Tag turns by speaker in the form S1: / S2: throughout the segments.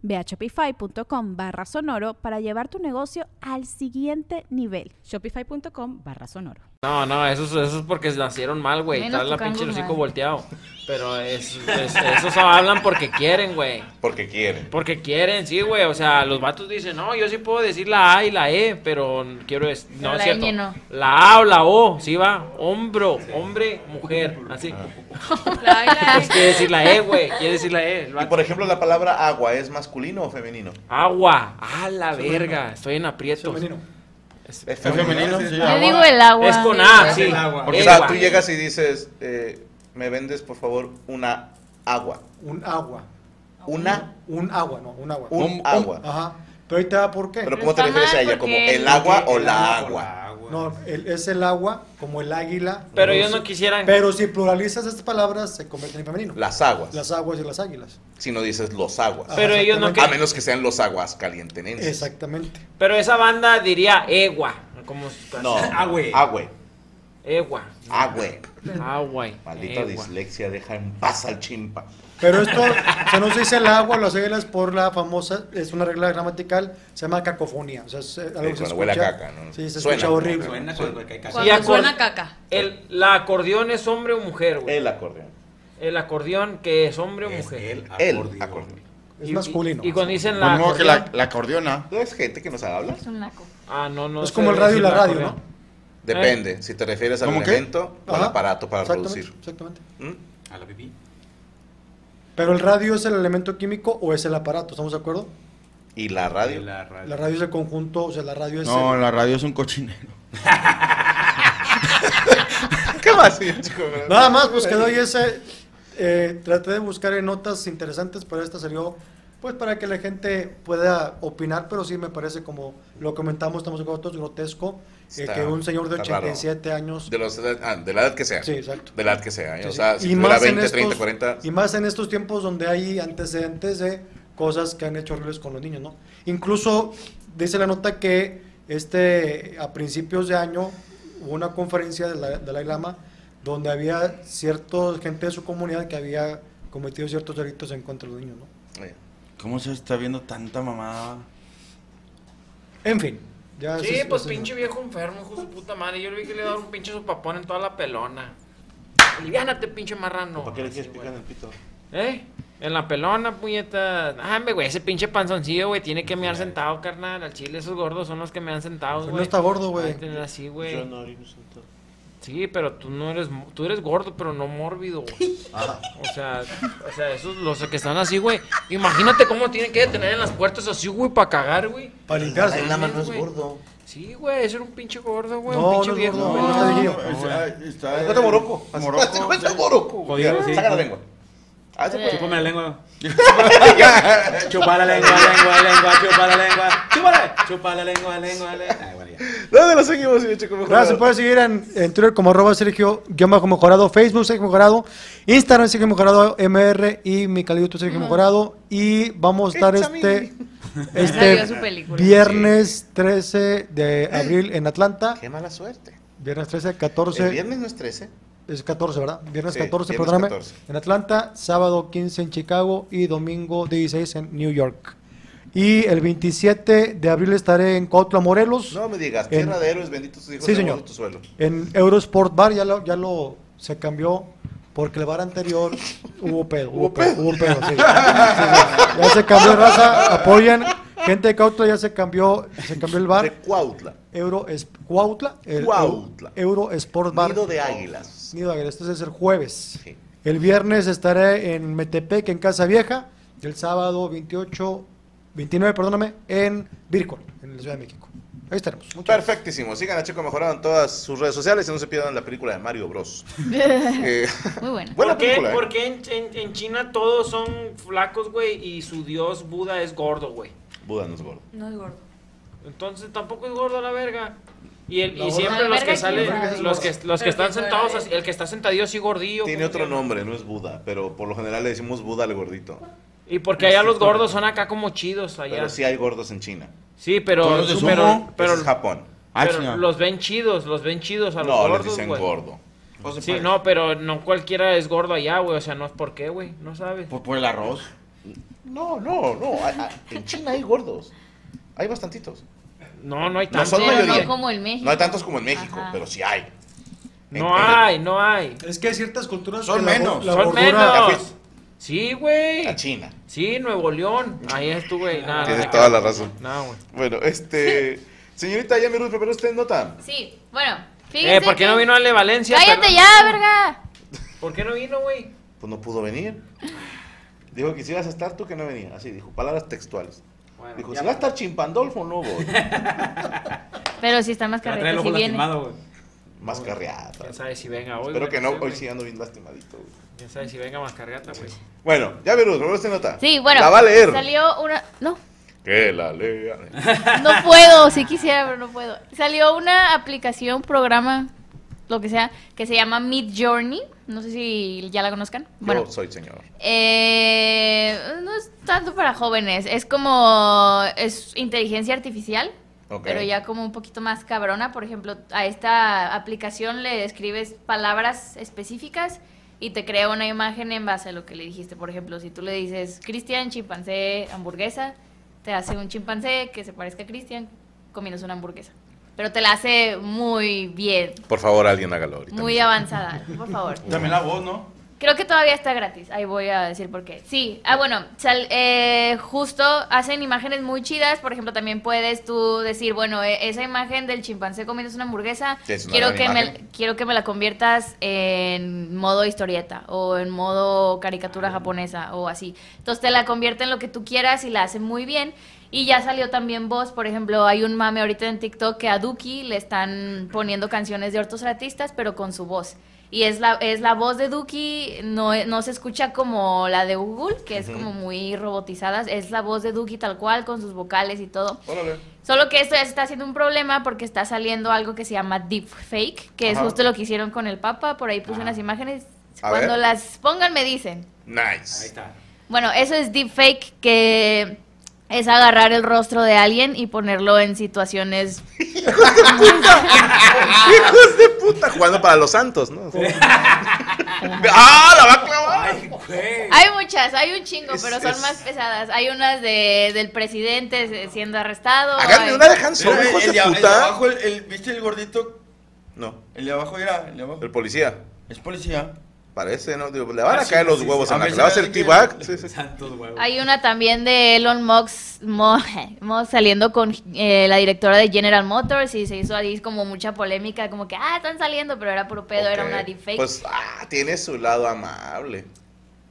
S1: Ve a shopify.com barra sonoro para llevar tu negocio al siguiente nivel.
S2: Shopify.com barra sonoro.
S3: No, no, eso es, eso es porque nacieron mal, güey.
S4: Menos
S3: Está la
S4: tocando
S3: pinche
S4: mal.
S3: hocico volteado. Pero es, es- esos hablan porque quieren, güey.
S5: Porque quieren.
S3: Porque quieren, sí, güey. O sea, los vatos dicen, no, yo sí puedo decir la A y la E, pero quiero es No,
S4: Pero
S3: es
S4: la
S3: cierto.
S4: ñ no.
S3: La A o la O, sí va. Hombro, hombre, mujer. Así.
S4: Ah.
S3: Pues quiere decir la E, güey. Quiere decir la E. el
S5: Y
S3: vato.
S5: por ejemplo, la palabra agua, ¿es masculino o femenino?
S3: Agua. A la verga. Estoy en aprietos.
S5: Es
S6: Es femenino, sí,
S4: Yo
S6: agua.
S4: digo el agua.
S3: Es con A,
S4: Digo,
S3: sí.
S6: el agua.
S5: Porque o
S3: Egua.
S5: sea, tú llegas y dices, eh, me vendes por favor una agua.
S6: Un agua.
S5: Una,
S6: Un agua, no, un agua.
S5: un
S7: Un- un-
S5: agua.
S6: Ajá. Pero ahí te va por qué.
S5: Pero
S4: Pero
S5: ¿cómo te
S4: está
S5: refieres a
S4: mal
S5: ella? ¿Como
S4: porque-
S5: el agua o
S7: El
S5: la
S7: o
S5: agua?
S7: la agua.
S6: No, el- es el agua como el águila.
S3: Pero
S6: Pero
S3: ellos
S6: si-
S3: no quisieran.
S6: Pero si pluralizas estas palabras, se convierten en femenino.
S5: Las aguas.
S6: Las aguas y las águilas.
S5: Si no dices los aguas.
S3: Pero ellos no
S5: A
S3: querían.
S5: menos que sean los aguas calientenenses.
S6: Exactamente.
S3: Pero esa banda diría egua. Como
S5: No.
S7: Agüe.
S5: Agüe.
S3: Egua.
S5: Agüe.
S3: Agua. eh,
S5: Maldita
S3: egua.
S5: dislexia, deja en paz al chimpa.
S6: Pero esto, o sea, no se dice el agua, las águilas por la famosa, es una regla gramatical, se llama cacofonía. O sea, es eh, algo que se
S5: cuando huele a
S6: escucha-
S5: caca, ¿no?
S6: Sí, se
S5: Suena.
S6: escucha horrible.
S7: Suena cuando cae caca.
S3: Y
S4: Cuando
S3: acor-
S4: suena caca.
S3: El, la acordeón es hombre o mujer, güey.
S5: El acordeón.
S3: El acordeón que es hombre o
S7: Es
S3: mujer.
S5: El
S7: acordeón.
S5: acordeón.
S6: Es
S3: Y-
S6: masculino.
S3: Y, y cuando dicen la.
S7: Lo mismo que
S3: acordeón-
S7: la, la acordeona.
S5: ¿No es gente que nos habla?
S4: Es un naco.
S3: Ah, no, no.
S6: Es
S3: sé
S6: como el
S3: decir
S6: radio y la radio,
S3: acordeón.
S5: Depende, si te refieres al
S7: ¿Cómo qué?
S5: elemento o al
S6: Ajá.
S5: aparato para
S6: Exactamente,
S5: producir.
S6: Exactamente.
S5: ¿Mm?
S7: A la pipí.
S6: Pero el radio es el elemento químico o es el aparato, ¿estamos de acuerdo?
S5: Y la radio.
S7: De La radio.
S6: La radio es el conjunto, o sea, la radio es
S7: No,
S6: el-
S7: la radio es un cochinero.
S5: ¿Qué más, chico?
S6: Nada más, pues quedó ahí ese. eh, traté de buscar en notas interesantes, pero esta salió, pues para que la gente pueda opinar, pero sí me parece como lo comentamos, estamos de acuerdo todos, grotesco, eh,
S5: Está-
S6: que un señor de
S5: está raro.
S6: 87 años.
S5: De, los, ah, de la edad que sea.
S6: Sí, exacto.
S5: De la edad que sea. ¿eh?
S6: Sí,
S5: O
S6: sí.
S5: sea, si
S6: Y
S5: tuviera
S6: más en
S5: 20, 30,
S6: estos-
S5: 40.
S6: Y más en estos tiempos donde hay antecedentes de cosas que han hecho horribles con los niños, ¿no? Incluso dice la nota que este, a principios de año hubo una conferencia de la, Dalai Lama donde había cierta gente de su comunidad que había cometido ciertos delitos en contra de los niños, ¿no?
S5: Oye,
S7: ¿Cómo se está viendo tanta mamada?
S6: En fin. Ya
S3: Sí,
S6: ese es-
S3: pues
S6: ese es-
S3: pinche viejo enfermo, hijo de su puta madre. Yo le vi que le daba un pinche sopapón en toda la pelona. Aliviánate, pinche marrano.
S5: ¿Para qué le
S3: Así,
S5: quieres
S3: güey.
S5: picar en el pito?
S3: ¿Eh? En la pelona, puñeta. Ah, hombre, güey, ese pinche panzoncillo, güey, tiene que me han sentado, carnal. Al chile, esos gordos son los que me han sentado, güey.
S6: Pero Pues no está gordo, güey.
S3: Ay, ten- así, güey.
S5: orino sentado.
S3: Sí, pero tú no eres, mo- tú eres gordo, pero no mórbido, güey. O sea, o sea, esos los que están así, güey. Imagínate cómo tienen que detener en las puertas así, güey, para cagar, güey.
S6: Para limpiarse.
S5: Dalai
S3: la-
S5: Lama no es
S3: güey.
S5: gordo.
S3: Sí, güey, ese era un pinche gordo, güey,
S6: No,
S3: un pinche
S6: no es
S3: viejo.
S6: gordo,
S3: güey.
S6: está viejillo.
S7: es- ah, está-
S5: Cuenta Morocco.
S7: Morocco.
S5: Cuenta Morocco.
S8: Jodido,
S5: Ya,
S8: sí.
S5: Saca la lengua. Ah, eso fue.
S6: pues,
S8: Chúpame la lengua. chupa la lengua, lengua, lengua, chupa la lengua. Chúpale. Chupa la lengua, lengua, lengua. Ay, bueno, ya.
S5: ¿Dónde lo seguimos, señor Chico?
S6: Gracias, puedes seguir en, en Twitter como arroba Sergio guión bajo mejorado, Facebook Sergio mejorado, Instagram Sergio mejorado MR y mi canal de YouTube Sergio mejorado y vamos a estar este,
S4: Salió
S6: este
S4: su película. Eh.
S6: viernes 13 de abril en Atlanta,
S5: Qué mala suerte.
S6: viernes 13,
S5: El
S6: 14,
S5: viernes no es 13.
S6: es 14, ¿verdad? Viernes
S5: Sí,
S6: 14,
S5: viernes
S6: perdóname,
S5: 14.
S6: en Atlanta, sábado 15 en Chicago y domingo 16 en New York. Y el 27 de abril estaré en Cuautla, Morelos.
S5: No me digas.
S6: En-
S5: Tierra de héroes, benditos tus hijos.
S6: Eh, Sí,
S5: hermoso
S6: señor.
S5: tu suelo.
S6: En Eurosport Bar ya lo, ya lo se cambió porque el bar anterior hubo pedo. Hubo pedo, hubo pedo, sí. Sí, sí. Ya se cambió de raza, apoyen. Gente de Cautla ya se cambió, se cambió el bar.
S5: De Cuautla.
S6: Euro es Cuautla, el
S5: Cuautla.
S6: Euro Sport Bar.
S5: Nido de águilas.
S6: Nido de Águila. Este es el jueves.
S5: Sí.
S6: El viernes estaré en Metepec, en Casa Vieja. Y el sábado 28, 29, perdóname, en Vircol, en la Ciudad de México. Ahí estaremos. Muchas gracias.
S5: Perfectísimo. Sigan a Checo Mejorado en todas sus redes sociales y no se pierdan la película de Mario Bros. Eh,
S4: Muy buena.
S5: buena
S3: ¿Por qué,
S5: película. eh.
S3: por qué en, en- en China todos son flacos, güey, y su dios Buda es gordo, güey?
S5: Buda no es gordo.
S4: No es gordo.
S3: Entonces tampoco es gordo la verga. Y, el,
S6: La
S3: y
S6: gorda-
S3: siempre
S4: La
S3: los
S4: verga
S3: que
S4: es gorda.
S3: salen, los que, los que
S4: Pero
S3: están
S4: eh, que fuera
S3: sentados,
S4: de-
S3: así- el que está sentadillo así gordillo.
S5: Tiene
S3: ¿cómo
S5: otro
S3: se llama?
S5: nombre, no es Buda, pero por lo general le decimos Buda al gordito.
S3: Y porque allá los gordos son acá como chidos allá.
S5: Pero sí hay gordos en China.
S3: Sí, pero,
S7: Son los de sumo,
S3: pero, pero-
S5: Pero es Japón.
S7: Ah,
S3: pero
S7: chinga.
S3: los ven chidos, los ven chidos a los
S5: No, les
S3: gordos,
S5: dicen
S3: güey.
S5: gordo.
S7: José
S3: Sí,
S7: Pérez.
S3: no, pero no cualquiera es gordo allá, güey. O sea, no es por qué, güey. No sabes.
S7: Por, por el arroz.
S5: No, no, no. hay- hay- En China hay gordos. Hay bastantitos.
S3: No, no hay
S5: No
S3: tanto.
S5: son
S4: Pero no
S5: mayoría.
S4: como en México.
S5: No hay tantos como en México,
S4: Ajá.
S5: pero sí hay.
S3: No hay, no hay.
S6: Es que hay ciertas culturas
S7: Son
S6: que la go-
S7: menos,
S6: la
S3: Son
S6: gordura-
S5: Ya fui.
S3: menos. Sí, güey.
S5: A China.
S3: Sí, Nuevo León. Ahí estuve. y Nada,
S5: Tienes
S3: nada,
S5: toda la razón.
S3: Nada, güey.
S5: Bueno, este. Señorita Yami Ruth, ¿preparó usted nota?
S4: Sí, bueno. Fíjense
S3: Eh, ¿por qué
S4: que-
S3: no vino Ale Valencia?
S4: ¡Cállate
S3: Pero-
S4: ya, verga!
S3: ¿Por qué no vino, güey?
S5: Pues no pudo venir. Dijo que si ibas a estar tú que no venía. Así dijo, palabras textuales.
S3: Bueno,
S5: Dijo,
S3: ya.
S5: si va a estar Chimpandolfo, no voy.
S4: Pero si está más
S8: Ya trae el
S4: carrete, si
S8: ojo
S4: viene.
S8: lastimado, güey.
S5: Más carreada.
S3: Quién sabe si venga hoy.
S5: Espero
S3: güey,
S5: que no,
S3: sé,
S5: hoy
S3: güey.
S5: sí ando bien lastimadito. güey.
S3: Quién sabe si venga más cargata, güey.
S5: Bueno, ya Ruth, ¿preparó usted nota?
S4: Sí, bueno.
S5: La va a leer.
S4: Salió una. No,
S5: Que la lea.
S4: no puedo. Sí quisiera, pero no puedo. Salió una aplicación, programa, lo que sea, que se llama Mid Journey. No sé si ya la conozcan. Bueno.
S5: Yo soy señor.
S4: Eh, no es tanto para jóvenes, es como es inteligencia artificial,
S5: Ok.
S4: pero ya como un poquito más cabrona. Por ejemplo, a esta aplicación le escribes palabras específicas y te crea una imagen en base a lo que le dijiste. Por ejemplo, si tú le dices Cristian chimpancé hamburguesa, te hace un chimpancé que se parezca a Cristian comiéndose una hamburguesa. Pero te la hace muy bien,
S5: Por favor, alguien hágalo ahorita.
S4: muy avanzada, por favor.
S7: También la voz, ¿no?
S4: Creo que todavía está gratis. Ahí voy a decir por qué. Sí, ah, bueno, sal- eh, justo hacen imágenes muy chidas. Por ejemplo, también puedes tú decir, bueno, e- esa imagen del chimpancé comiendo una hamburguesa,
S5: Sí, es una
S4: quiero
S5: gran
S4: que, me,
S5: imagen.
S4: quiero que me la conviertas en modo historieta o en modo caricatura japonesa o así. Entonces te la convierte en lo que tú quieras y la hace muy bien. Y ya salió también voz, por ejemplo, hay un mame ahorita en TikTok que a Duki le están poniendo canciones de otros artistas, pero con su voz. Y es la, es la voz de Duki, no, e- no se escucha como la de Google, que es como muy robotizada, es la voz de Duki tal cual, con sus vocales y todo.
S5: Órale.
S4: Solo que esto ya se está haciendo un problema porque está saliendo algo que se llama deepfake, que es
S5: Ajá.
S4: justo lo que hicieron con el Papa. Por ahí puse unas imágenes.
S5: A
S4: Cuando
S5: ver.
S4: las pongan me dicen.
S8: Ahí
S5: Nice.
S8: está.
S4: Bueno, eso es deepfake, que es agarrar el rostro de alguien y ponerlo en situaciones...
S5: Hijos de puta. Jugando para los santos, ¿no? ¡Ah! ¡La va a clavar!
S8: Ay, güey.
S4: Hay muchas, hay un chingo,
S5: Es-
S4: pero son
S5: es-
S4: más pesadas. Hay unas de, del presidente se- siendo arrestado.
S5: Háganme
S4: hay-
S5: una de Han Solo,
S7: Mira,
S5: hijos
S7: el,
S5: de
S7: de a- el de
S5: puta.
S7: abajo, el, el- ¿viste el gordito?
S5: No,
S7: El de abajo era, el de abajo.
S5: el policía.
S7: Es policía.
S5: Parece, ¿no? Digo, le van a
S8: Ah, sí,
S5: caer los
S8: sí,
S5: huevos
S7: sí.
S5: en la
S7: A mí
S5: Le
S7: se
S5: va a
S7: me
S5: hacer
S7: hace que-
S5: T-Bag. Sí, sí.
S8: Santos huevos.
S4: Hay una también de Elon Musk, Mo- Musk saliendo con eh, la directora de General Motors y se hizo ahí como mucha polémica, como que, ah, están saliendo, pero era puro pedo, era
S5: Ok.
S4: una deepfake.
S5: Pues, ah, tiene su lado amable.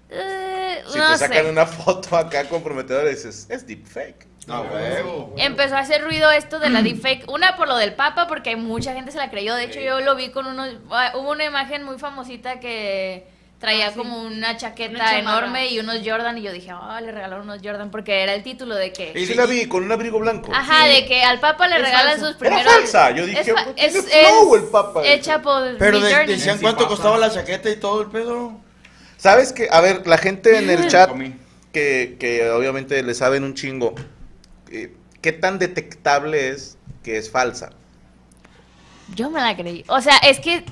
S4: Eh,
S5: Si
S4: no
S5: te sacan
S4: sé.
S5: una foto acá comprometedora, dices, es deepfake.
S4: Ah,
S7: No, huevo.
S4: Empezó a hacer ruido esto de la deepfake, una por lo del Papa, porque mucha gente se la creyó, de hecho yo lo vi con unos, ah, hubo una imagen muy famosita que traía
S9: Ah, sí.
S4: como una chaqueta
S9: chamarra.
S4: enorme y unos Jordan, y yo dije, ah, le regalaron unos Jordan, porque era el título de que...
S5: Sí la vi, con un abrigo blanco.
S4: Ajá, de que al Papa le
S9: Es
S4: regalan
S9: falso.
S4: sus
S5: Era
S4: primeros.
S5: falsa, yo dije,
S4: es, fa-
S5: pues,
S4: es,
S5: tiene flow el Papa.
S4: Hecha por
S7: Pero de-
S4: Midjourney.
S7: decían
S8: Sí,
S7: cuánto
S8: papá.
S7: costaba la chaqueta y todo el pedo.
S5: ¿Sabes qué? A ver, la gente en el chat,
S7: Comí.
S5: que, que obviamente le saben un chingo, eh, ¿qué tan detectable es que es falsa?
S4: Yo me la creí. O sea, es que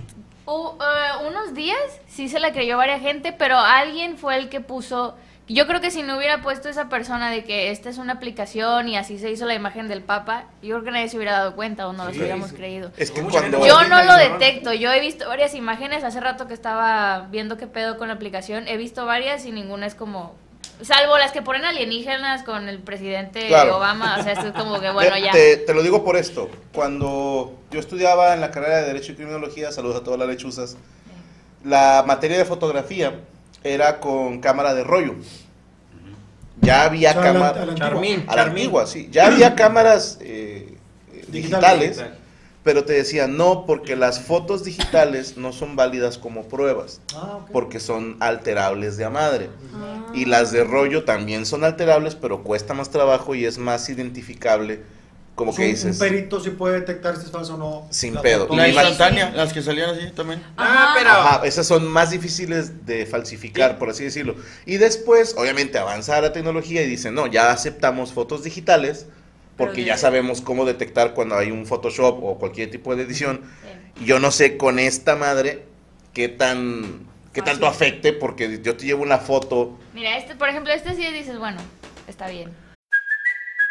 S4: u- eh, unos días sí se la creyó varias gente, pero alguien fue el que puso. Yo creo que si no hubiera puesto esa persona de que esta es una aplicación y así se hizo la imagen del Papa, yo creo que nadie se hubiera dado cuenta o no los
S8: Sí,
S4: hubiéramos
S8: sí.
S4: creído.
S5: Es que
S8: Mucha
S5: cuando...
S8: gente
S4: Yo no lo
S8: Cabrón.
S4: detecto, yo he visto varias imágenes, hace rato que estaba viendo qué pedo con la aplicación, he visto varias y ninguna es como, Salvo las que ponen alienígenas con el presidente
S5: Claro.
S4: Obama. O sea, esto es como que, bueno,
S5: Te-
S4: ya.
S5: Te, te lo digo por esto. Cuando yo estudiaba en la carrera de Derecho y Criminología, saludos a todas las lechuzas, la materia de fotografía era con cámara de rollo. Ya había
S6: O sea, a la-
S5: cámaras...
S6: a la antigua.
S3: Charmín,
S5: A la
S3: Charmín.
S5: antigua, sí. Ya había cámaras eh, eh, digitales,
S3: digital.
S5: pero te decían no, porque las fotos digitales no son válidas como pruebas,
S6: Ah, ok.
S5: porque son alterables de a madre. Y las de rollo también son alterables, pero cuesta más trabajo y es más identificable, como
S6: Pues
S5: que
S6: un-
S5: dices.
S6: Un perito sí puede detectar si es falso o no.
S5: Sin
S6: la
S5: pedo.
S6: foto.
S7: La
S5: Y la-
S7: instantánea, las que salían así también.
S3: Ah, pero.
S5: Ajá, esas son más difíciles de falsificar, por así decirlo. Y después, obviamente, avanza la tecnología y dicen, no, ya aceptamos fotos digitales porque ya sabemos cómo detectar cuando hay un Photoshop o cualquier tipo de edición. Y yo no sé con esta madre qué tan qué tanto
S4: Fácil.
S5: afecte porque yo te llevo una foto
S4: Mira, este, por ejemplo, este sí dices, bueno, está bien.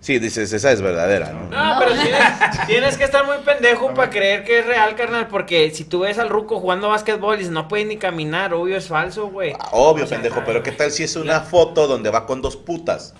S5: Sí, dices, esa es verdadera, ¿no?
S3: No, pero tienes, tienes que estar muy pendejo para creer que es real, carnal, porque si tú ves al ruco jugando básquetbol y dices, no puede ni caminar, obvio es falso, güey.
S5: Ah, Obvio,
S3: O sea,
S5: pendejo, pero ¿qué tal si es una foto donde va con dos putas?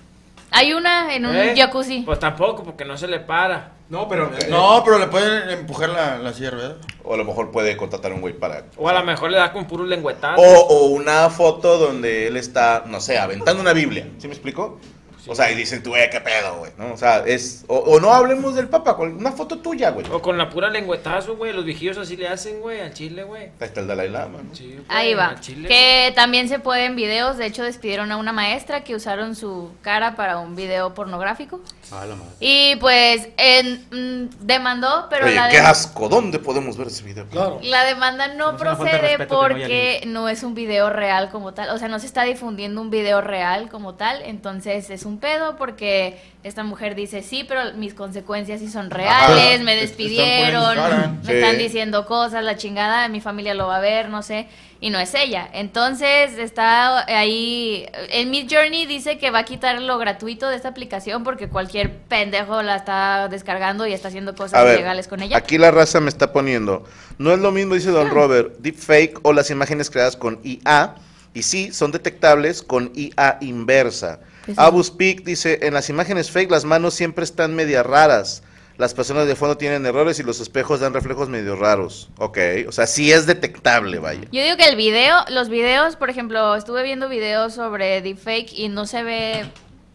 S4: Hay una en un
S3: ¿eh?
S4: jacuzzi.
S3: Pues tampoco, porque no se le para.
S8: No, pero. eh,
S7: No, pero le pueden empujar la, la silla, ¿verdad?
S5: O a lo mejor puede contratar un güey para...
S3: O a lo mejor le da con puro lengüetazo.
S5: O, o una foto donde él está, no sé, aventando una Biblia. ¿Sí me explico? O sea, y dicen, tú, güey, qué pedo, güey, ¿no? O sea, es... O, o no hablemos del papa, cual- una foto tuya, güey.
S3: O con la pura lengüetazo, güey. Los vigíos así le hacen, güey, al chile, güey.
S5: Ahí está el Dalai Lama, ¿no?
S3: Sí, güey,
S4: Ahí va.
S3: al chile,
S4: Que también se pueden videos. De hecho, despidieron a una maestra que usaron su cara para un video pornográfico.
S8: A la madre.
S4: Y pues en- mm, demandó, pero
S5: Oye,
S4: la,
S5: qué
S4: de-
S5: asco, ¿dónde podemos ver ese video?
S6: Claro.
S4: la demanda no
S8: Es una falta de
S4: procede
S8: respeto que no haya
S4: porque no es un video real como tal. O sea, no se está difundiendo un video real como tal. Entonces es un pedo porque esta mujer dice, sí, pero mis consecuencias sí son reales, me
S7: Es- están
S4: despidieron,
S7: poniendo cara.
S4: me
S5: Sí.
S4: están diciendo cosas, la chingada, mi familia lo va a ver, no sé. Y no es ella. Entonces está ahí. En Mid Journey dice que va a quitar lo gratuito de esta aplicación porque cualquier pendejo la está descargando y está haciendo cosas
S5: A ver,
S4: ilegales con ella. Ah.
S5: aquí la raza me está poniendo. No es lo mismo, dice Don Robert, deepfake o las imágenes creadas con IA. Y sí, son detectables con IA inversa.
S4: Pues sí.
S5: Abus Peak dice, en las imágenes fake las manos siempre están media raras. Las personas de fondo tienen errores y los espejos dan reflejos medio raros. Ok, o sea, sí es detectable, vaya.
S4: Yo digo que el video, los videos, por ejemplo, estuve viendo videos sobre deepfake y no se ve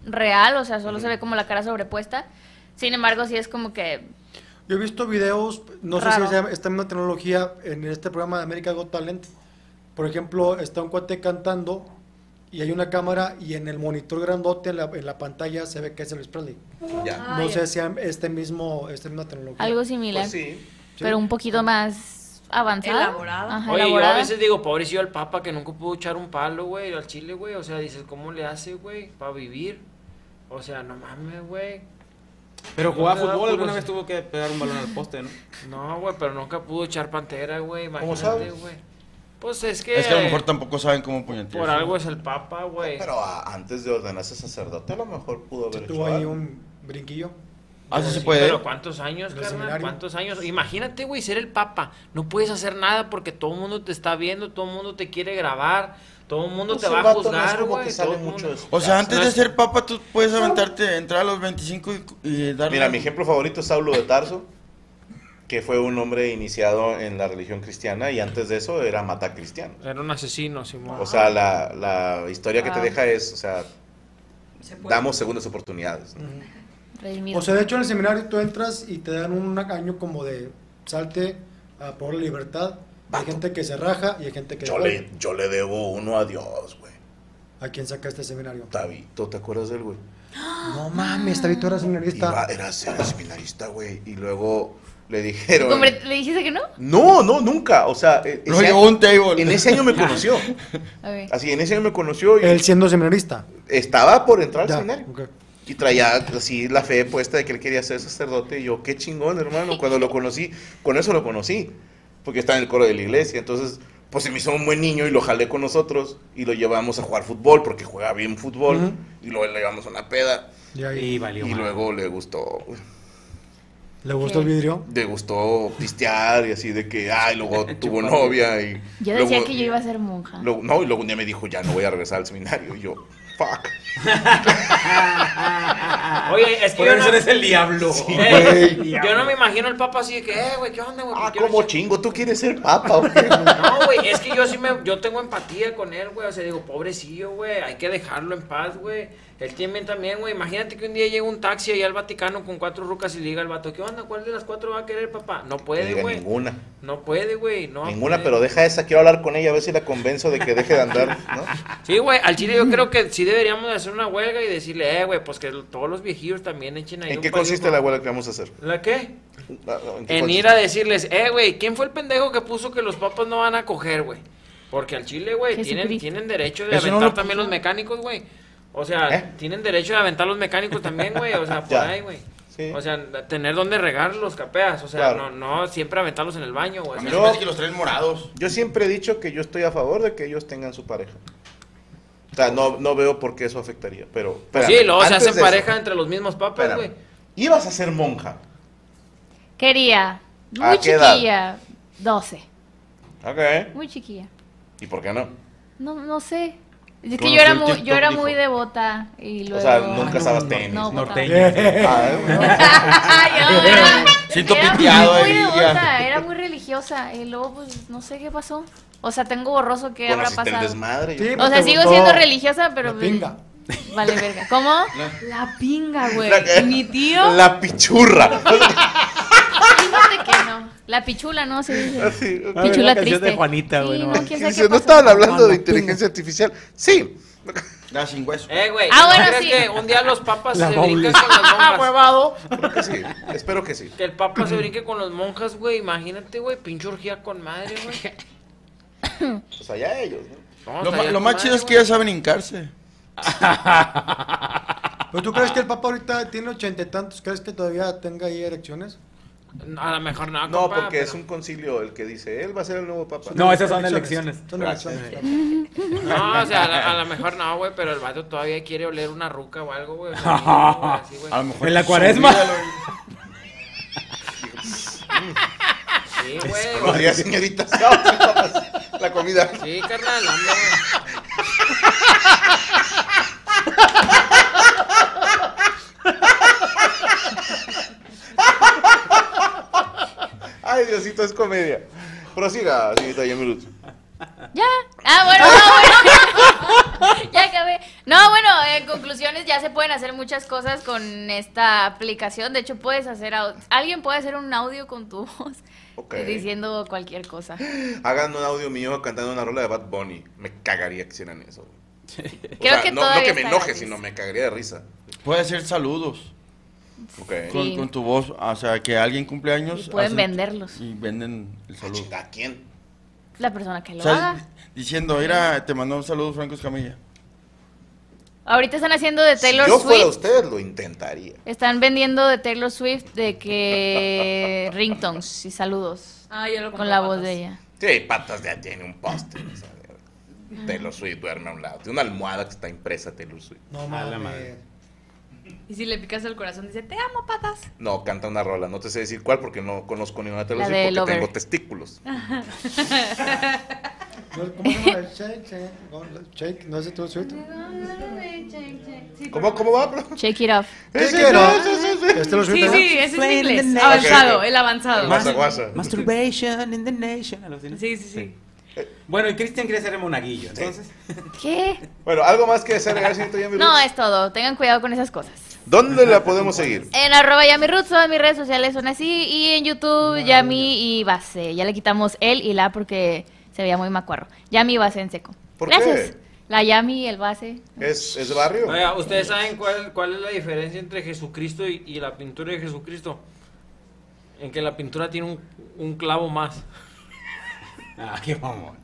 S4: real, o sea, solo se ve como la cara sobrepuesta. Sin embargo, sí es como que
S6: Yo he visto videos, no sé
S4: Raro.
S6: si sea esta misma tecnología en este programa de América Got Talent. Por ejemplo, está un cuate cantando y hay una cámara y en el monitor grandote, en la, en la pantalla, se ve que es Elvis Presley.
S8: Ah,
S5: Ya.
S6: No sé si es este mismo, esta misma tecnología.
S4: algo similar,
S5: Pues sí.
S4: pero un poquito más avanzado.
S10: Elaborado.
S3: Oye,
S4: Ajá,
S3: yo a
S4: elaborado.
S3: veces digo, pobrecillo al papa que nunca pudo echar un palo, güey, al chile, güey. O sea, dices, ¿cómo le hace, güey, para vivir? O sea, no mames, güey.
S8: Pero jugaba
S3: No te da
S8: fútbol, alguna
S3: curiosidad.
S8: vez tuvo que pegar un balón al poste, ¿no?
S3: No, güey, pero nunca pudo echar pantera, güey.
S5: ¿Cómo
S3: Imagínate,
S5: sabes?
S3: güey. Pues es que.
S7: Es que a lo mejor tampoco saben cómo puñetear.
S3: Por algo es el papa, güey.
S5: Pero ah, antes de ordenarse sacerdote, a lo mejor pudo haber hecho
S6: Tuvo ahí
S5: algo.
S6: un brinquillo.
S7: Así Ah, se
S3: Sí,
S7: puede.
S3: Pero ¿cuántos años,
S6: El
S3: carnal?
S6: seminario.
S3: ¿Cuántos años? Imagínate, güey, ser el papa. No puedes hacer nada porque todo el mundo te está viendo, todo el mundo te quiere grabar, todo el mundo
S5: Pues
S3: te
S5: el
S3: va a
S5: vato no es
S3: juzgar,
S5: como que
S3: güey.
S5: sale
S3: todo el
S5: mucho
S3: mundo.
S5: de su
S7: O sea, antes
S3: No
S7: de
S3: es-
S7: ser papa, tú puedes aventarte, entrar a los 25 y, y darle.
S5: Mira, mi ejemplo favorito es Saulo de Tarso, que fue un hombre iniciado en la religión cristiana y antes de eso era mata cristiano.
S3: Era un asesino, Simón.
S5: O sea, la, la historia que te
S4: Wow.
S5: deja es, o sea, damos segundas oportunidades. ¿no?
S4: Redimido.
S6: O sea, de hecho en el seminario tú entras y te dan un año como de salte a por la libertad. Hay gente que se raja y hay gente que...
S5: Yo, le, yo le debo uno a Dios, güey.
S6: ¿A quién saca este seminario?
S5: Tabito, ¿te acuerdas del güey?
S6: No mames, David, tú eras
S5: Iba-
S6: seminarista.
S5: Era, era seminarista, güey. Y luego le dijeron...
S4: Hombre, ¿Le dijiste que no?
S5: No, no, nunca. O sea, e-
S7: No
S5: ese-
S7: llegó un table.
S5: en ese año me conoció.
S4: Ok.
S5: Así, en ese año me conoció y...
S6: Él siendo seminarista.
S5: estaba por entrar al
S6: Ya,
S5: seminario.
S6: ok.
S5: Y traía así la fe puesta de que él quería ser sacerdote. Y yo, qué chingón, hermano. Cuando lo conocí, con eso lo conocí. Porque estaba en el coro de la iglesia. Entonces, pues se me hizo un buen niño y lo jalé con nosotros. Y lo llevamos a jugar fútbol porque juega bien fútbol.
S6: Ujú.
S5: Y luego le llevamos a una peda.
S6: Ya, y-
S8: Y valió
S5: y
S8: madre.
S5: luego le gustó,
S6: ¿Le gustó el vidrio?
S5: le gustó pistear y así de que, ay, luego tuvo novia. Y
S4: Yo decía
S5: luego-
S4: que yo iba a ser monja.
S5: luego- no, y luego un día me dijo, ya no voy a regresar al seminario. Y yo, fuck.
S3: Oye, es que
S8: Por
S3: yo
S8: eso
S3: no,
S8: eres el diablo.
S3: Eh, yo no me imagino al papa así de que, eh, güey, ¿qué onda, güey?
S5: Ah,
S3: Pues quiero
S5: como
S3: ser-
S5: chingo, tú quieres ser papa. güey?"
S3: No, güey, es que yo sí me, yo tengo empatía con él, güey. O sea, digo, pobrecillo, güey, hay que dejarlo en paz, güey. Él tiene también, güey. Imagínate que un día llega un taxi allá al Vaticano con cuatro rucas y le diga al vato, ¿qué onda? ¿Cuál de las cuatro va a querer, papá? No
S5: Que
S3: puede,
S5: diga,
S3: güey.
S5: ninguna.
S3: No puede, güey. No
S5: Ninguna,
S3: puede.
S5: pero deja esa, quiero hablar con ella, a ver si la convenzo de que deje de andar, ¿no?
S3: Sí, güey, al chile yo creo que sí deberíamos de hacer una huelga y decirle, eh, güey, pues que todos los viejillos también echen ahí.
S5: ¿En
S3: un
S5: qué
S3: palillo
S5: consiste
S3: con-
S5: la abuela que vamos a hacer? Ah,
S3: ¿La qué?
S5: qué
S3: En
S5: consiste?
S3: ir a decirles, eh, güey, ¿quién fue el pendejo que puso que los papas no van a coger, güey? Porque al chile, güey, tienen,
S4: Jesucristo.
S3: tienen derecho de
S6: Eso no
S3: aventar
S6: lo
S3: también los mecánicos, güey. O sea,
S5: ¿Eh?
S3: tienen derecho de aventar los mecánicos también, güey. O sea, por
S5: Ya.
S3: ahí, güey.
S5: Sí.
S3: O sea, tener donde regar los capeas. O sea,
S5: Claro.
S3: no, no siempre aventarlos en el baño, güey.
S7: A
S3: O
S7: mí
S3: sea,
S7: se me hace que los tres morados.
S5: Yo siempre he dicho que yo estoy a favor de que ellos tengan su pareja. O sea, no, no veo por qué eso afectaría, pero...
S3: sí,
S5: espérame,
S3: luego se
S5: antes
S3: hacen
S5: de eso,
S3: pareja entre los mismos papas,
S5: espérame.
S3: güey.
S5: Ibas a ser monja.
S4: Quería.
S5: ¿A
S4: Muy
S5: qué edad?
S4: chiquilla. 12.
S5: Ok.
S4: Muy chiquilla.
S5: ¿Y por qué no?
S4: No, no sé. Es que
S7: Conocí
S4: yo era
S7: un
S4: muy, yo
S7: TikTok,
S4: era
S7: dijo.
S4: muy devota y luego.
S5: O sea, nunca sabes tenis.
S4: No, papá.
S8: Norteño.
S5: Ah, bueno.
S4: yo era,
S7: Siento
S4: era
S7: piteado,
S4: muy
S7: Emilia.
S4: devota, era muy religiosa. Y luego, pues, no sé qué pasó. O sea, tengo borroso qué habrá
S5: Conociste el
S4: pasado.
S5: desmadre. yo creo.
S6: Sí,
S4: O
S6: pues,
S4: sea,
S6: te
S4: sigo
S6: gustó
S4: siendo religiosa, pero.
S6: la
S4: pues,
S6: pinga.
S4: Vale, verga. ¿Cómo? La pinga, güey.
S5: La-
S4: ¿Y Mi tío. Ah,
S5: La pichurra.
S4: Fíjate que no. La pichula, ¿no? Se dice.
S5: Así, ok.
S8: ver,
S4: Pichula
S8: la canción
S4: triste.
S8: de Juanita, güey,
S4: Sí,
S8: no
S4: no,
S8: mames.
S4: quién sabe
S5: Dice,
S4: qué
S5: Ah, no
S4: pasó.
S5: estaban hablando de inteligencia artificial. Sí.
S7: Da sin hueso.
S3: Eh, güey.
S4: Ah,
S3: ¿no
S4: bueno,
S3: crees
S4: sí.
S3: que un día los papas
S8: La
S3: se brincan
S8: Bowling.
S3: con las bombas?
S5: Creo que sí. Espero que sí.
S3: Que el papa se brinque con los monjas, güey. Imagínate, güey, pinche orgía con madre, güey.
S5: O sea, ya ellos,
S3: No,
S5: ¿no?
S7: Lo, ma-
S3: estaría
S7: lo
S3: con
S7: más
S3: madre,
S7: chido es que
S3: güey.
S7: ya saben hincarse.
S6: ¿Pero tú crees que el Papa ahorita tiene ochenta y tantos? ¿Crees que todavía tenga ahí erecciones?
S3: A lo mejor
S4: Ah,
S3: no,
S5: No,
S3: compa,
S5: porque
S3: pero-
S5: es un concilio el que dice, él va a ser el nuevo papa.
S8: No, esas son elecciones.
S6: Son elecciones.
S3: No, o sea, a la- a lo mejor no, güey, pero el vato todavía quiere oler una ruca o algo, güey. o sea, mínimo, güey, así, güey.
S7: A lo mejor.
S8: ¿En la cuaresma?
S3: Sí, güey.
S5: Buenos días, señoritas. No, son papas. La comida.
S3: Sí, carnal, hombre, güey.
S5: Ay, Diosito, es comedia. Prosiga, señorita Yamirut.
S4: Ya. Ah, bueno, no, bueno. ya acabé. No, bueno, en conclusiones ya se pueden hacer muchas cosas con esta aplicación. De hecho, puedes hacer. au- Alguien puede hacer un audio con tu voz
S5: Ok.
S4: diciendo cualquier cosa.
S5: Hagan un audio mío cantando una rola de Bad Bunny. Me cagaría que hicieran eso. O
S4: Creo
S5: sea,
S4: que
S5: no, no
S4: todavía
S5: que me
S4: está
S5: enoje,
S4: gratis.
S5: sino me cagaría de risa.
S7: Puede hacer saludos.
S5: Ok.
S7: Con, con tu voz. O sea, que alguien cumple años.
S4: Y pueden
S7: hacen-
S4: venderlos.
S7: Y venden
S5: Ah,
S7: el saludo.
S5: ¿A quién?
S4: La persona que
S7: O
S4: lo
S7: sea,
S4: haga.
S7: diciendo, mira, te mandó un saludo Franco Escamilla.
S4: Ahorita están haciendo de Taylor
S5: si yo fuera
S4: Swift.
S5: ustedes, lo intentaría.
S4: Están vendiendo de Taylor Swift de que ringtones y saludos
S10: Ah, yo lo
S4: con la voz de ella.
S5: Sí, patas de tiene un poste. o sea, de- Taylor Swift duerme a un lado. Tiene una almohada que está impresa Taylor Swift.
S6: No
S8: A la
S6: mames.
S8: madre.
S10: Y si le picas el corazón, dice, te amo, patas.
S5: No, canta una rola. No te sé decir cuál porque no conozco ninguna de Taylor
S4: La
S5: Swift
S4: de
S5: porque
S4: Lover. Ah,
S5: tengo testículos.
S6: ¿Cómo se llama? Shake, shake, ¿cómo? shake, ¿no es tu suite?
S5: ¿Cómo, cómo va, bro?
S4: Shake it off.
S6: ¿Qué
S5: Ese-
S6: quiero?
S5: ese- ese- ese-
S6: ¿Este lo
S10: Sí,
S6: suite?
S10: sí, ese es en inglés.
S5: next.
S10: Avanzado,
S5: Ok.
S10: el avanzado.
S5: Guasa, guasa.
S8: Masturbation in the nation. algo así, ¿no?
S10: Sí, sí, sí.
S8: Bueno, y Cristian quiere ser monaguillo, entonces.
S4: ¿Qué?
S5: Bueno, algo más que desagregar, señorita Yami
S4: No,
S5: Ruiz?
S4: es todo. Tengan cuidado con esas cosas.
S5: ¿Dónde la podemos seguir?
S4: En arroba Yami Roots, todas mis redes sociales son así. Y en YouTube, Yami y Base. Ya le quitamos el y la porque se veía muy macuarro. Yami y Base en seco.
S5: ¿Por
S4: Gracias.
S5: qué?
S4: La Yami, el Base.
S5: ¿Es, es barrio?
S3: Oiga, ¿ustedes saben cuál, cuál es la diferencia entre Jesucristo y, y la pintura de Jesucristo? En que la pintura tiene un, un clavo más.
S8: Ah, qué mamón.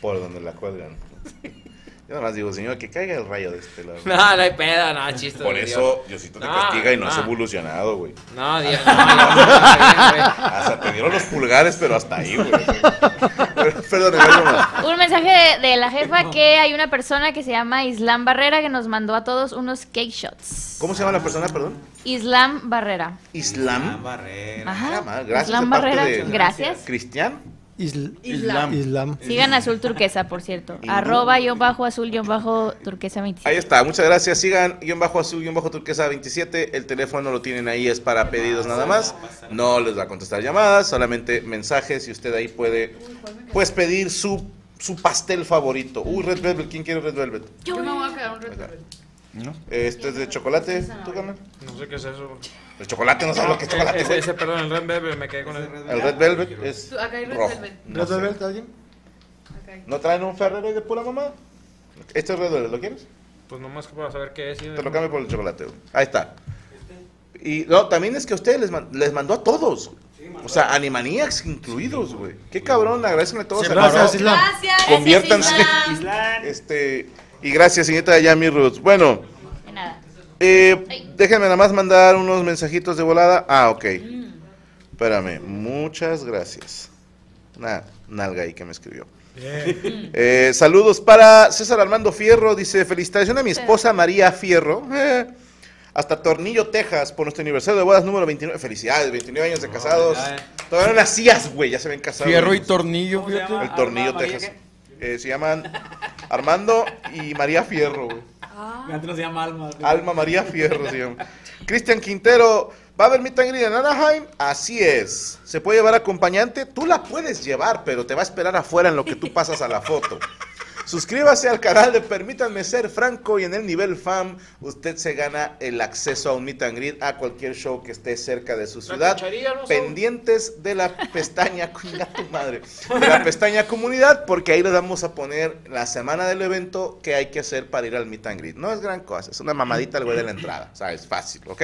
S5: Por donde la cuelgan. Yo nada más digo, señor, que caiga el rayo de este lado.
S3: No, no hay peda, no, chiste.
S5: Por
S3: de Dios.
S5: eso Diosito te
S3: No,
S5: castiga y no,
S3: no.
S5: has evolucionado, güey.
S3: No, Dios, Ah, no, no, no, no, no,
S5: Hasta te dieron los pulgares, pero hasta ahí, güey. Perdón, igual nomás.
S4: Un mensaje de, de la jefa que hay una persona que se llama Islam Barrera que nos mandó a todos unos cake shots.
S5: ¿Cómo se llama la persona, perdón?
S4: Islam Barrera.
S5: Islam.
S8: Barrera.
S4: Ajá.
S5: Ah, madre, Gracias.
S4: Islam
S5: de parte
S4: Barrera,
S5: de-
S4: gracias.
S5: Cristian.
S6: Isl-
S7: Islam.
S6: Islam.
S4: Sigan a Azul Turquesa, por cierto. Arroba yo bajo azul yo bajo turquesa 27.
S5: Ahí está, muchas gracias. Sigan guión bajo azul, guión bajo turquesa 27. El teléfono lo tienen ahí, es para pedidos nada más. No les va a contestar llamadas, solamente mensajes y usted ahí puede pues pedir su, su pastel favorito. Uy, Red Velvet, ¿quién quiere Red Velvet?
S4: Yo me voy a quedar un reto.
S7: ¿No?
S5: Este es de chocolate, ¿tú carnal?
S3: No sé qué es eso. güey.
S5: El chocolate, no sabes lo que es chocolate.
S3: Ese,
S5: güey.
S3: ese, perdón, el Red Velvet, me quedé con el
S5: El Red Velvet es
S4: Acá hay Red
S5: rojo.
S4: Velvet.
S5: No,
S6: ¿Red
S5: sé.
S6: Velvet alguien?
S5: ¿No traen un Ferrero de pura mamá? Este es Red Velvet, ¿lo quieres?
S3: Pues nomás para saber qué es. y-
S5: Te lo cambio por el chocolate. güey. Ahí está. Y no, también es que a ustedes les, man- les mandó a todos. o sea, Animaniacs incluidos, güey. Qué cabrón, agradezcanle a todos.
S7: Se
S5: Se
S7: paró.
S5: paró.
S6: Gracias, Islam.
S4: Gracias.
S5: Conviértanse.
S4: Islam.
S5: Este, y gracias, señorita Yami Roots. Bueno,
S4: De nada.
S5: eh,
S4: Ay.
S5: déjenme nada más mandar unos mensajitos de volada. Ah, ok. Espérame, muchas gracias. Una nalga ahí que me escribió. Eh, saludos para César Armando Fierro. Dice, felicitación a mi esposa María Fierro. eh, hasta Tornillo, Texas, por nuestro aniversario de bodas número 29. Felicidades, 29 años de casados.
S8: felicidades.
S5: Todavía no nacías, güey, ya se ven casados.
S7: Fierro y tornillo,
S8: ¿Cómo se
S7: fíjate.
S8: llama?
S5: El Tornillo,
S8: Arma, María,
S5: Texas. Eh, se llaman Armando y María Fierro, güey.
S8: Ah. Antes no se llama Alma. güey.
S5: Alma María Fierro se llama. Cristian Quintero, ¿va a haber meet and greet en Anaheim? Así es. ¿Se puede llevar acompañante? Tú la puedes llevar, pero te va a esperar afuera en lo que tú pasas a la foto. Suscríbase al canal de Permítanme Ser Franco y en el nivel FAM usted se gana el acceso a un meet and greet a cualquier show que esté cerca de su
S3: La
S5: ciudad.
S3: cucharilla, ¿no?
S5: pendientes de la pestaña, chinga tu madre, de la pestaña comunidad, porque ahí le vamos a poner la semana del evento que hay que hacer para ir al meet and greet. No es gran cosa, es una mamadita al güey de la entrada, o sea, es fácil, ¿ok?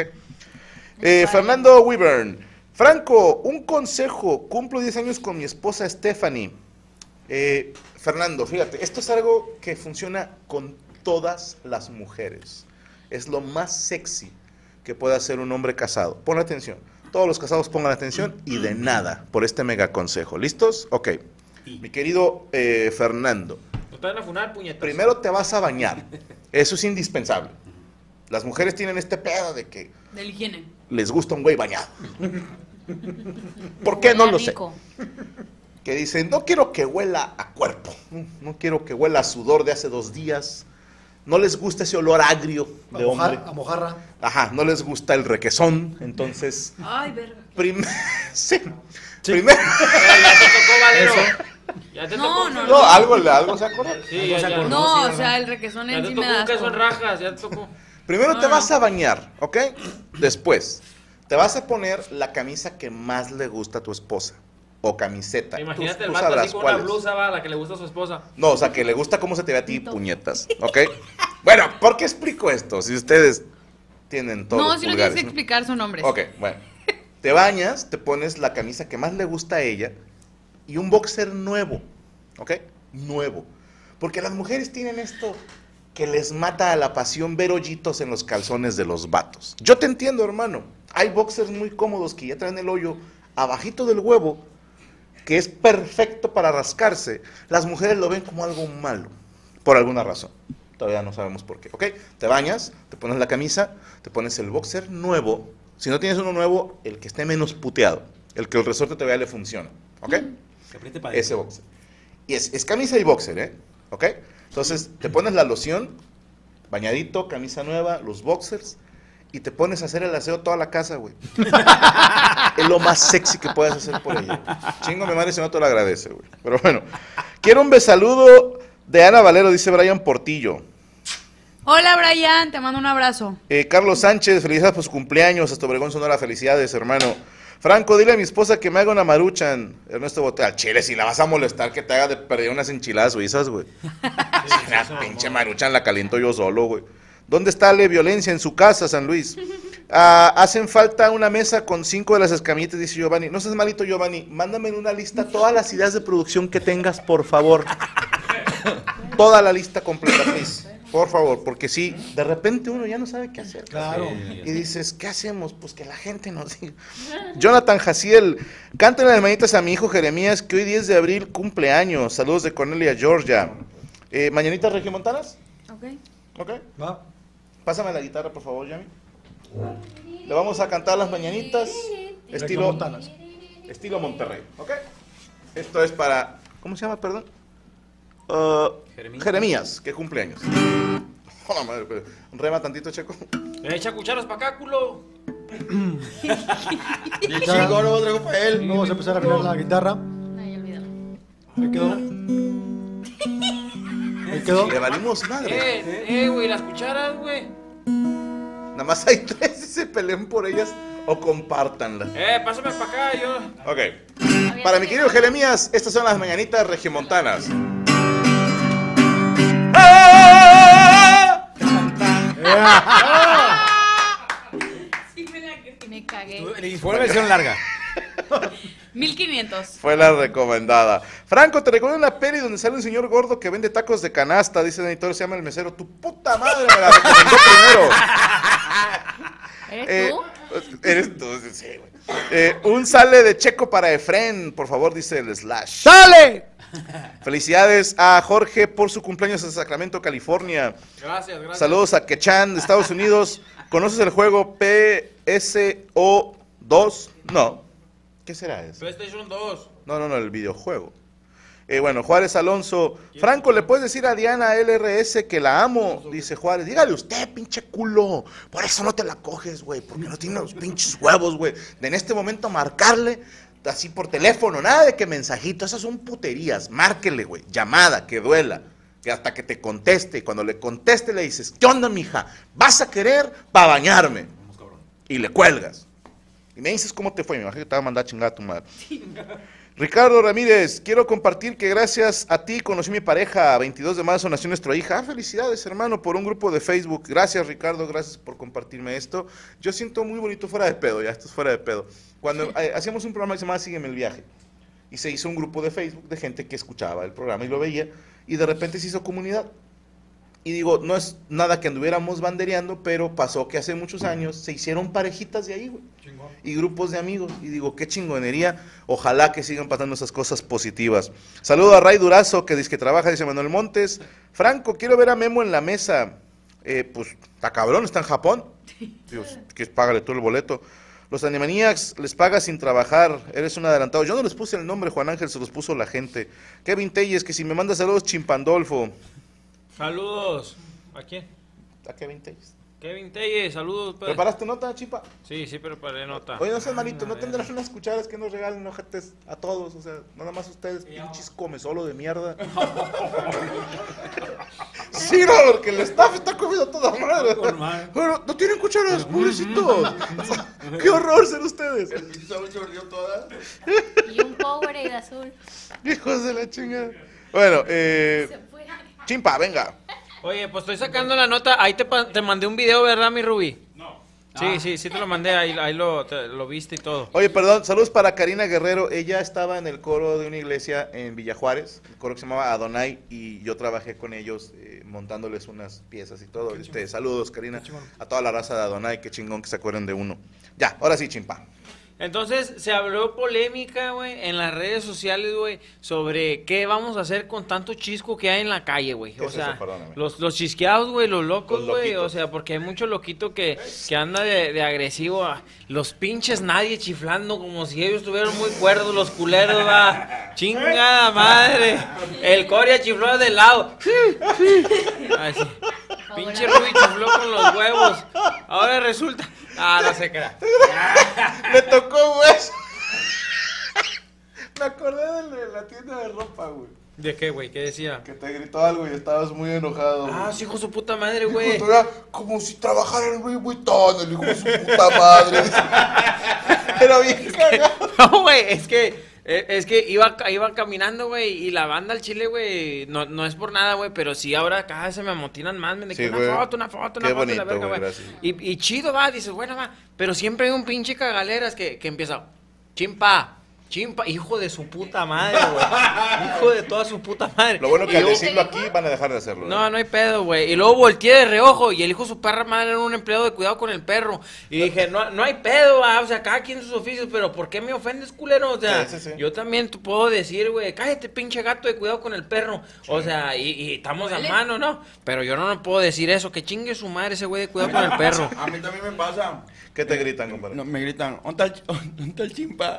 S5: Eh, Fernando Wyvern, Franco, un consejo, cumplo 10 años con mi esposa Stephanie. Eh, Fernando, fíjate, esto es algo que funciona con todas las mujeres. Es lo más sexy que puede hacer un hombre casado. Pon atención. Todos los casados pongan atención y de nada por este mega consejo. ¿Listos? Ok. Mi querido eh, Fernando,
S3: Nos traen a funar, puñetas.
S5: primero te vas a bañar. Eso es indispensable. Las mujeres tienen este pedo de que
S11: Del higiene.
S5: les gusta un güey bañado. ¿Por qué no lo sé?
S4: Rico.
S5: que dicen, no quiero que huela a cuerpo, no, no quiero que huela a sudor de hace dos días, no les gusta ese olor agrio
S6: A,
S5: de
S6: mojar- ¿ah?
S5: hombre,
S6: a mojarra.
S5: ajá, no les gusta el requesón, entonces,
S11: Ay, verga.
S5: prim- sí, primero,
S3: Ya te tocó, Valero. Ya te
S11: No,
S3: tocó.
S11: no,
S3: Valero.
S5: no, algo, le- algo se acuerda.
S3: Sí, ya, ya.
S11: No, o sea, el requesón
S3: Ya
S11: en
S3: te
S11: sí
S3: tocó
S11: me
S3: un
S11: da
S3: queso en
S11: asco.
S3: rajas, ya te tocó.
S5: Primero te
S11: No,
S5: vas
S11: no.
S5: a bañar, ¿ok? Después, te vas a poner la camisa que más le gusta a tu esposa, o camiseta, tú-
S3: Imagínate el
S5: tú
S3: vato
S5: sabrás
S3: así con
S5: cuál
S3: una
S5: es.
S3: blusa, va, la que le gusta a su esposa.
S5: No, o sea, que le gusta cómo se te ve a ti, puñetas, ¿ok? Bueno, ¿por qué explico esto? Si ustedes tienen todos
S11: No,
S5: los
S11: si no
S5: pulgares,
S11: quieres explicar su nombre.
S5: Ok, bueno. Te bañas, te pones la camisa que más le gusta a ella y un boxer nuevo, ¿ok? Nuevo. Porque las mujeres tienen esto que les mata a la pasión ver hoyitos en los calzones de los vatos. Yo te entiendo, hermano. Hay boxers muy cómodos que ya traen el hoyo abajito del huevo, que es perfecto para rascarse. Las mujeres lo ven como algo malo, por alguna razón. Todavía no sabemos por qué, ¿ok? Te bañas, te pones la camisa, te pones el boxer nuevo. Si no tienes uno nuevo, el que esté menos puteado, el que el resorte te vea le funciona, ¿ok?
S8: Que apriete para
S5: Ese boxer. Y es, es camisa y boxer, ¿eh? ¿Ok? Entonces, te pones la loción, bañadito, camisa nueva, los boxers, y te pones a hacer el aseo toda la casa, güey. es lo más sexy que puedes hacer por ella. Chingo, mi madre, si no te lo agradece, güey. Pero bueno, quiero un besaludo de Ana Valero, dice Brian Portillo.
S11: Hola, Brian, te mando un abrazo.
S5: Eh, Carlos Sánchez, felicidades por su cumpleaños. Hasta Obregón Sonora, felicidades, hermano. Franco, dile a mi esposa que me haga una maruchan. Ernesto Botel, chile, si la vas a molestar, que te haga de perder unas enchiladas suizas, güey. una pinche maruchan la caliento yo solo, güey. ¿Dónde está la violencia en su casa, San Luis? Ah, hacen falta una mesa con cinco de las escamillitas, dice Giovanni. No seas malito, Giovanni. Mándame en una lista todas las ideas de producción que tengas, por favor. toda la lista completa, please. Por favor, porque si de repente uno ya no sabe qué hacer.
S6: Claro.
S5: Y dices, ¿qué hacemos? Pues que la gente nos diga. Jonathan Jaciel, cántale las manitas a mi hijo Jeremías, que hoy 10 de abril cumpleaños. Saludos de Cornelia, Georgia. Eh, ¿Mañanitas regiomontanas? Ok.
S6: Va.
S5: Pásame la guitarra, por favor, Yami. Le vamos a cantar las mañanitas. Estilo,
S6: Regiomontanas.
S5: estilo Monterrey. ¿Ok? Esto es para. ¿Cómo se llama, perdón? Ah,
S3: Jeremías.
S5: Jeremías, que cumpleaños. Hola, madre, pero- Rema tantito, Checo.
S3: "Eh, Echa cucharas para acá, culo.
S6: Ya, No, vamos a empezar a afinar la guitarra. Me quedó. Me quedó.
S5: Le valimos madre.
S3: Eh, eh, güey, las cucharas, güey.
S5: Nada más hay tres y se peleen por ellas o compártanlas.
S3: Eh, pásame para acá, yo.
S5: Ok. Para mi querido Jeremías, estas son las mañanitas regiomontanas.
S11: Me cagué.
S8: Fue una versión larga.
S11: 1500.
S5: Fue la recomendada. Franco, te recuerdo una peli donde sale un señor gordo que vende tacos de canasta. Dice el editor, se llama el mesero. Tu puta madre me la recomendó primero.
S4: ¿Eres
S5: Eh,
S4: tú?
S5: eres tú, sí, güey. Eh, un sale de Checo para Efren, por favor, dice el Slash.
S8: ¡Sale!
S5: Felicidades a Jorge por su cumpleaños en Sacramento, California.
S3: Gracias, gracias.
S5: Saludos a Quechan de Estados Unidos. ¿Conoces el juego PSO2? No. ¿Qué será eso?
S3: PlayStation 2.
S5: No, no, no, el videojuego. Eh, bueno, Juárez Alonso. Franco, ¿le puedes decir a Diana LRS que la amo? Dice Juárez. Dígale usted, pinche culo. Por eso no te la coges, güey. Porque no tiene los pinches huevos, güey. De en este momento marcarle así por teléfono. Nada de que mensajito. Esas son puterías. Márquele, güey. Llamada, que duela. Que hasta que te conteste. Y cuando le conteste le dices, ¿qué onda, mija? ¿Vas a querer para bañarme? Y le cuelgas. Y me dices cómo te fue. Me imagino que te va a mandar a chingar a tu madre. Ricardo Ramírez, quiero compartir que gracias a ti conocí a mi pareja. 22 de marzo nació nuestra hija. Ah, felicidades, hermano, por un grupo de Facebook. Gracias, Ricardo, gracias por compartirme esto. Yo siento muy bonito fuera de pedo, ya, esto es fuera de pedo. Cuando eh, hacíamos un programa que se llamaba Sígueme el viaje. Y se hizo un grupo de Facebook de gente que escuchaba el programa y lo veía. Y de repente se hizo comunidad. Y digo, no es nada que anduviéramos bandereando, pero pasó que hace muchos años se hicieron parejitas de ahí, güey y grupos de amigos. Y digo, qué chingonería. Ojalá que sigan pasando esas cosas positivas. Saludo a Ray Durazo, que dice que trabaja, dice Manuel Montes. Franco, quiero ver a Memo en la mesa. Eh, pues, está cabrón, está en Japón. Dios, que págale tú el boleto. Los Animaniacs les pagas sin trabajar, eres un adelantado. Yo no les puse el nombre, Juan Ángel, se los puso la gente. Kevin Telles, que si me manda saludos, Chimpandolfo.
S3: Saludos. ¿A quién?
S5: ¿A Kevin Telles?
S3: Kevin Telle, saludos. pues.
S5: ¿Preparaste nota, Chimpa?
S3: Sí, sí, preparé nota.
S5: Oye, no seas malito, ¿no tendrás unas cucharas que nos regalen, ojetes, a todos? O sea, nada más ustedes, pinches comesolo de mierda. sí, no, porque el staff está comiendo a toda madre. Pero no tienen cucharas, pobrecitos. Qué horror ser ustedes.
S4: Y un Powerade azul.
S5: Hijos de la chingada. Bueno, eh, chimpa, venga.
S3: Oye, pues estoy sacando la nota. Ahí te, pa- te mandé un video, ¿verdad, mi Ruby? No. Sí, sí, sí te lo mandé. Ahí, ahí lo, te- lo viste y todo.
S5: Oye, perdón, saludos para Karina Guerrero. Ella estaba en el coro de una iglesia en Villajuárez, el coro que se llamaba Adonai, y yo trabajé con ellos eh, montándoles unas piezas y todo. Este, saludos, Karina, a toda la raza de Adonai, qué chingón que se acuerden de uno. Ya, ahora sí, chimpa.
S3: Entonces, se abrió polémica, güey, en las redes sociales, güey, sobre qué vamos a hacer con tanto chisco que hay en la calle, güey.
S5: ¿Qué
S3: O
S5: es
S3: sea,
S5: eso? Perdóname.
S3: los, los chisqueados, güey, los locos,
S5: Los
S3: güey. O
S5: loquitos.
S3: sea, porque hay mucho loquito que, que anda de, de agresivo. ah, Los pinches nadie chiflando como si ellos estuvieran muy cuerdos, los culeros, va. Chingada madre. El Coria chifló de lado. Ay, sí. Pinche Ruby chifló con los huevos. Ahora resulta. Ah, no se crea.
S5: Me tocó, güey. Me acordé de la tienda de ropa, güey.
S3: ¿De qué, güey? ¿Qué decía?
S5: Que te gritó algo y estabas muy enojado.
S3: Ah,
S5: güey.
S3: sí, hijo de su puta madre,
S5: Hijo,
S3: güey.
S5: tú eras como si trabajara en Louis Vuitton, el hijo de su puta madre. Era bien cagado.
S3: No, güey, es que, eh, es que iba, ca- iba caminando, güey, y la banda al chile, güey, no, no es por nada, güey, pero sí ahora cada vez se me amotinan más, me de que
S5: Sí,
S3: una
S5: güey.
S3: foto, una foto, una
S5: Qué
S3: foto, y la
S5: bonito,
S3: verga,
S5: güey,
S3: güey.
S5: gracias.
S3: Y, y chido, va, dices, bueno, va, pero siempre hay un pinche cagaleras que, que empieza, chimpa, Chimpa, hijo de su puta madre, güey. hijo de toda su puta madre.
S5: Lo bueno
S3: Y
S5: que al
S3: luego-
S5: decirlo aquí van a dejar de hacerlo. ¿eh?
S3: No, no hay pedo, güey. Y luego volteé de reojo y el hijo de su perra madre era un empleado de cuidado con el perro. Y dije, no, no hay pedo, va, o sea, cada quien sus oficios, pero ¿por qué me ofendes, culero? O sea,
S5: Sí, sí, sí.
S3: yo también te puedo decir, güey, cállate, pinche gato de cuidado con el perro. O sea, y, y estamos
S7: Vale.
S3: a mano, ¿no? Pero yo no, no puedo decir eso, que chingue su madre ese güey de cuidado con el perro.
S7: A mí también me pasa.
S5: ¿Qué te gritan, compadre?
S7: No, me gritan, ¿dónde está el ch- dónde está el chimpa?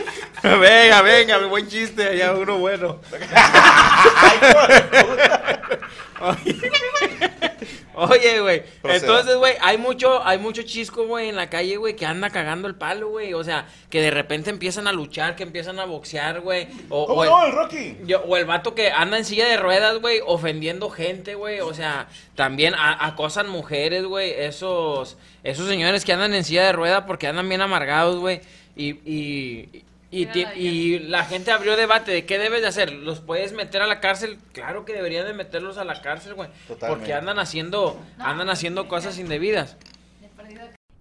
S3: venga, venga, mi buen chiste, ya uno bueno. Oye, güey.
S5: Proceda.
S3: Entonces, güey, hay mucho, hay mucho chisco, güey, en la calle, güey, que anda cagando el palo, güey. O sea, que de repente empiezan a luchar, que empiezan a boxear, güey. O,
S5: ¿Cómo
S3: o
S5: no, el Rocky?
S3: yo- o el vato que anda en silla de ruedas, güey, ofendiendo gente, güey. O sea, también a- acosan mujeres, güey. Esos, esos señores que andan en silla de ruedas porque andan bien amargados, güey. Y, y, y,
S4: Mira
S3: ti-
S4: la
S3: y la gente abrió debate de qué debes de hacer. ¿Los puedes meter a la cárcel? Claro que deberían de meterlos a la cárcel, güey. Porque
S5: Totalmente.
S3: andan haciendo, andan haciendo cosas indebidas.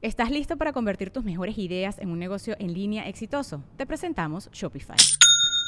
S2: ¿Estás listo para convertir tus mejores ideas en un negocio en línea exitoso? Te presentamos Shopify.